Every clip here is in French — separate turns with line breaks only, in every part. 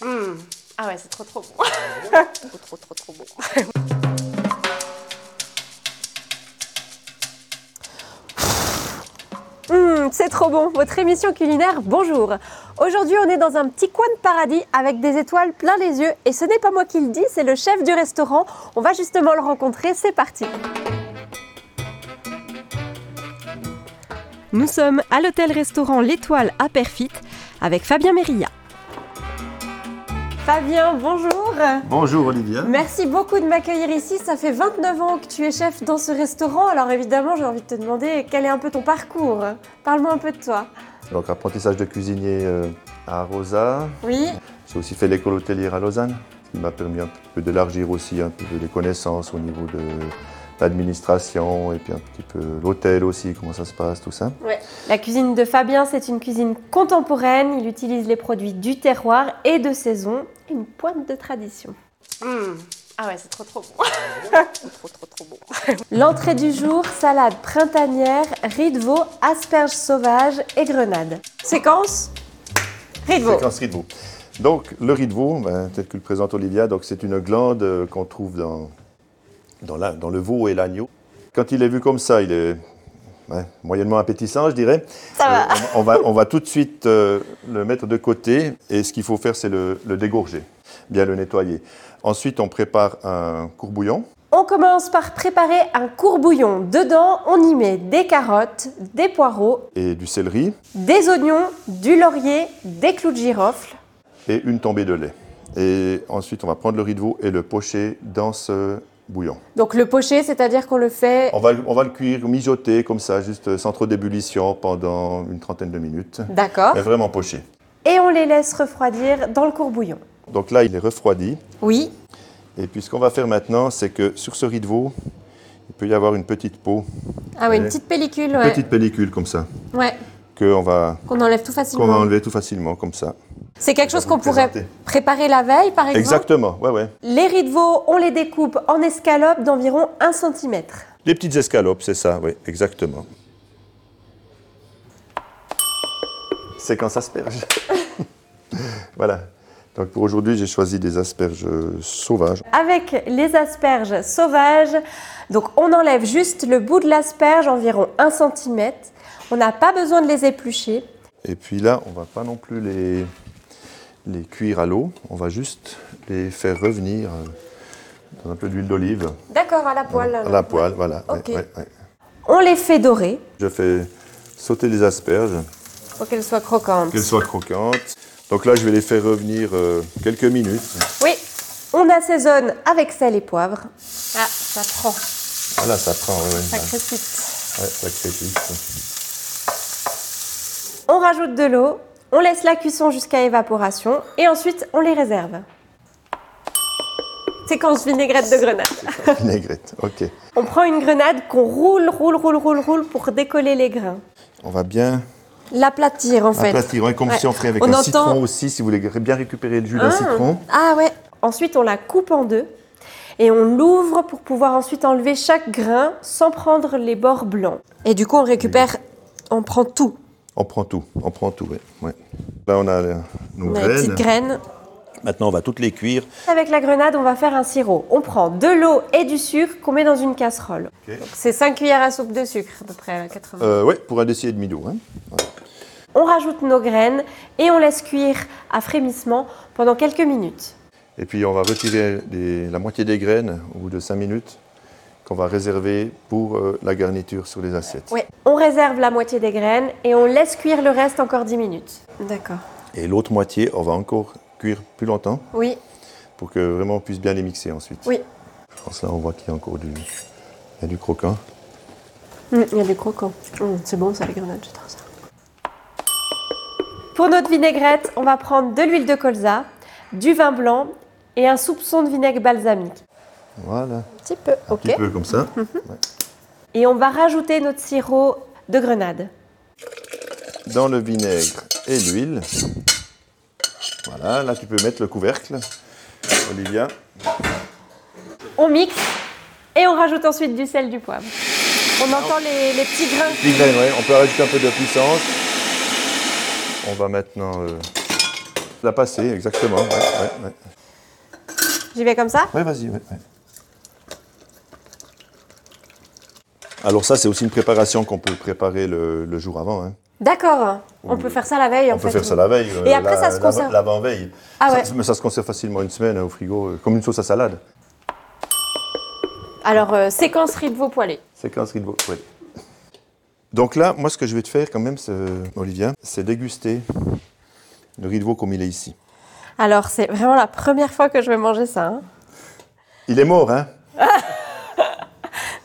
Mmh. Ah ouais, Ah, c'est trop trop bon. trop trop trop trop bon.
Mmh, c'est trop bon, votre émission culinaire, bonjour. Aujourd'hui, on est dans un petit coin de paradis avec des étoiles plein les yeux. Et ce n'est pas moi qui le dis, c'est le chef du restaurant. On va justement le rencontrer, c'est parti. Nous sommes à l'hôtel-restaurant L'Étoile à Perfit avec Fabien Mérilla. Fabien, bonjour.
Bonjour Olivia.
Merci beaucoup de m'accueillir ici. Ça fait 29 ans que tu es chef dans ce restaurant. Alors évidemment, j'ai envie de te demander quel est un peu ton parcours. Parle-moi un peu de toi.
Donc apprentissage de cuisinier euh, à Rosa.
Oui.
J'ai aussi fait l'école hôtelière à Lausanne, ce qui m'a permis un petit peu d'élargir aussi un peu les connaissances au niveau de l'administration et puis un petit peu l'hôtel aussi, comment ça se passe, tout ça.
Ouais. La cuisine de Fabien, c'est une cuisine contemporaine. Il utilise les produits du terroir et de saison, une pointe de tradition.
Mmh. Ah ouais, c'est trop trop bon. trop trop trop bon.
L'entrée du jour, salade printanière, riz de veau, asperges sauvages et grenades. Séquence riz de veau.
Séquence riz de veau. Donc le riz de veau, ben, tel que le présente Olivia, donc c'est une glande euh, qu'on trouve dans, dans, la- dans le veau et l'agneau. Quand il est vu comme ça, il est ouais, moyennement appétissant, je dirais.
Ça va.
Euh, on, on va, on va tout de suite euh, le mettre de côté et ce qu'il faut faire, c'est le, le dégourger, bien le nettoyer. Ensuite, on prépare un courbouillon.
On commence par préparer un court bouillon. Dedans, on y met des carottes, des poireaux,
et du céleri
des oignons, du laurier, des clous de girofle.
et une tombée de lait. Et ensuite, on va prendre le riz de veau et le pocher dans ce bouillon.
Donc le poché, c'est-à-dire qu'on le fait.
On va, on va le cuire, mijoter comme ça, juste euh, sans trop d'ébullition pendant une trentaine de minutes.
D'accord.
Mais vraiment poché.
Et on les laisse refroidir dans le court bouillon.
Donc là, il est refroidi.
Oui.
Et puis ce qu'on va faire maintenant, c'est que sur ce riz de veau, il peut y avoir une petite peau,
Ah oui, une
Ouais.
petite pellicule,
une
ouais.
petite pellicule comme ça,
Ouais,
qu'on va,
qu'on enlève tout
qu'on va
facilement.
enlever tout facilement, comme ça.
C'est quelque chose
vous
qu'on pourrait
présenter.
préparer la veille, par exemple.
Exactement, ouais, ouais.
Les riz de veau, on les découpe en escalopes d'environ 1 cm.
Les petites escalopes, c'est ça, oui, exactement. C'est quand ça asperge. voilà. Donc pour aujourd'hui, j'ai choisi des asperges sauvages.
Avec les asperges sauvages, donc on enlève juste le bout de l'asperge, environ 1 cm. On n'a pas besoin de les éplucher.
Et puis là, on va pas non plus les, les cuire à l'eau. On va juste les faire revenir euh, dans un peu d'huile d'olive.
D'accord, à la poêle.
à
là.
la poêle, voilà.
Ok.
Ouais, ouais, ouais.
On les fait dorer.
Je fais sauter les asperges,
Faut qu'elles soient croquantes.
qu'elles soient croquantes. Donc là, je vais les faire revenir euh, quelques minutes.
Oui. On assaisonne avec sel et poivre. Ah, ça prend,
Voilà, ça prend, ouais, ouais.
ça crépite.
Ouais, ça crépite.
On rajoute de l'eau, on laisse la cuisson jusqu'à évaporation et ensuite on les réserve. Séquence vinaigrette de grenade.
Vinaigrette, ok.
On prend une grenade qu'on roule, roule, roule, roule, roule pour décoller les grains.
On va bien
L'aplatir en fait.
aplatir, ouais, comme
Ouais.
si on ferait avec
On
un
entend-
citron aussi, si vous voulez bien récupérer le jus d'un
Ah.
citron.
Ah ouais. Ensuite on la coupe en deux et on l'ouvre pour pouvoir ensuite enlever chaque grain sans prendre les bords blancs. Et du coup on récupère, on prend tout.
On prend tout, on prend tout, ouais. ouais. Là, on a euh, nos
On a les petites
graines.
graines.
Maintenant, on va toutes les cuire.
Avec la grenade, on va faire un sirop. On prend de l'eau et du sucre qu'on met dans une casserole.
Ok.
Donc, C'est 5 cuillères à soupe de sucre, à peu près 80.
Euh, ouais, pour un déci et demi d'eau. hein.
On rajoute nos graines et on laisse cuire à frémissement pendant quelques minutes.
Et puis, on va retirer les- la moitié des graines au bout de 5 minutes qu'on va réserver pour euh, la garniture sur les assiettes.
Ouais. On réserve la moitié des graines et on laisse cuire le reste encore 10 minutes. D'accord.
Et l'autre moitié, on va encore cuire plus longtemps
Oui,
pour que vraiment on puisse bien les mixer ensuite.
oui.
Je pense là, on voit qu'il y a encore du, il y a du croquant.
Mm, Il y a du croquant. Mm, c'est bon ça, les grenades, j'adore ça. Pour notre vinaigrette, on va prendre de l'huile de colza, du vin blanc et un soupçon de vinaigre balsamique.
Voilà.
Un petit peu, ok.
Un
Hum.
petit peu comme ça.
Et on va rajouter notre sirop de grenade.
Dans le vinaigre et l'huile. Voilà, là tu peux mettre le couvercle, Olivia.
On mixe et on rajoute ensuite du sel, du poivre. On entend les, les petits grains.
Les graines, ouais, on peut rajouter un peu de puissance. On va maintenant euh, La passée, exactement. ouais, ouais, ouais.
J'y vais comme ça
Ouais, vas-y. ouais, ouais. Alors ça, c'est aussi une préparation qu'on peut préparer le, le jour avant. hein.
D'accord. On peut faire ça la veille, en
On
fait.
peut faire ça la veille. euh,
Et après,
la-
ça se
la-
conserve.
L'avant-veille.
Ah
Ça-
ouais.
mais ça se conserve facilement une semaine hein, au frigo, euh, comme une sauce à salade.
Alors, euh, séquence riz de veau poêlé.
Séquence Ritvo, oui. Donc là, moi, ce que je vais te faire quand même, c'est- Olivia, c'est déguster le riz de veau comme il est ici.
Alors, c'est vraiment la première fois que je vais manger ça. hein.
Il est mort, hein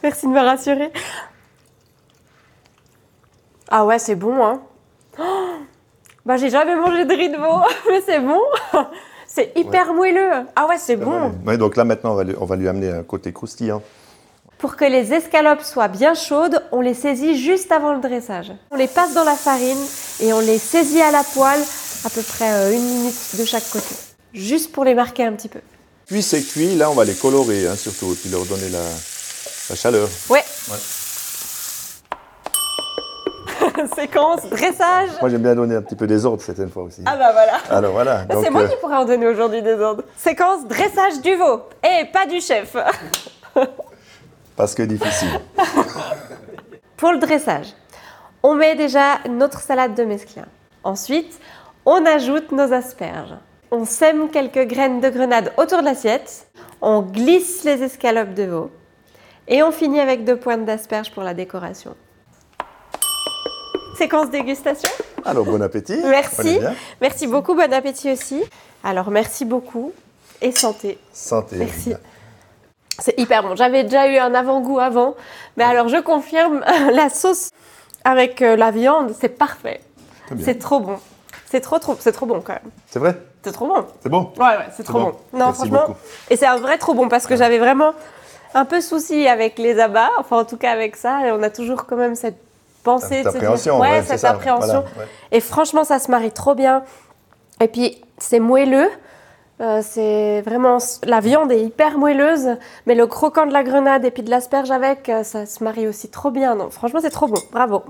Merci de me rassurer. Ah ouais, c'est bon, hein. Oh bah, j'ai jamais mangé de riz de veau, mais c'est bon. C'est hyper moelleux. Ah ouais, c'est bon.
Ouais, Donc là, maintenant, on va, lui, on va lui amener un côté croustillant.
Pour que les escalopes soient bien chaudes, on les saisit juste avant le dressage. On les passe dans la farine et on les saisit à la poêle à peu près euh, une minute de chaque côté. Juste pour les marquer un petit peu.
Puis c'est cuit, là, on va les colorer, hein, surtout, et puis leur donner la, la chaleur.
Ouais.
Ouais.
Séquence, dressage.
Moi, j'aime bien donner un petit peu des ordres certaines fois aussi.
Ah bah voilà.
Alors voilà. donc,
C'est moi
euh,
qui pourrais en donner aujourd'hui des ordres. Séquence dressage du veau. Et pas du chef.
Parce que difficile.
Pour le dressage, on met déjà notre salade de mesclun. Ensuite, on ajoute nos asperges. On sème quelques graines de grenade autour de l'assiette. On glisse les escalopes de veau. Et on finit avec deux pointes d'asperges pour la décoration. Séquence dégustation
Alors, bon appétit.
Merci.
Olivia.
Merci beaucoup, bon appétit aussi. Alors merci beaucoup et santé.
Santé.
Merci. C'est hyper bon. J'avais déjà eu un avant-goût avant, mais alors je confirme, la sauce avec euh, la viande, c'est parfait.
Très bien.
C'est trop bon. C'est trop, trop, c'est trop bon quand même.
C'est vrai
C'est trop bon.
C'est bon
Ouais, ouais, c'est trop
bon.
bon. Non,
Merci
franchement.
beaucoup.
Et c'est un vrai trop bon parce que j'avais vraiment un peu souci avec les abats, enfin en tout cas avec ça. Et on a toujours quand même cette pensée de
Cette
se dire,
appréhension,
ouais,
ouais, c'est
cette
ça,
appréhension.
voilà, ouais.
Et franchement, ça se marie trop bien. Et puis c'est moelleux. Euh, c'est vraiment la viande est hyper moelleuse, mais le croquant de la grenade et puis de l'asperge avec, euh, ça se marie aussi trop bien. Non, franchement, c'est trop bon. Bravo.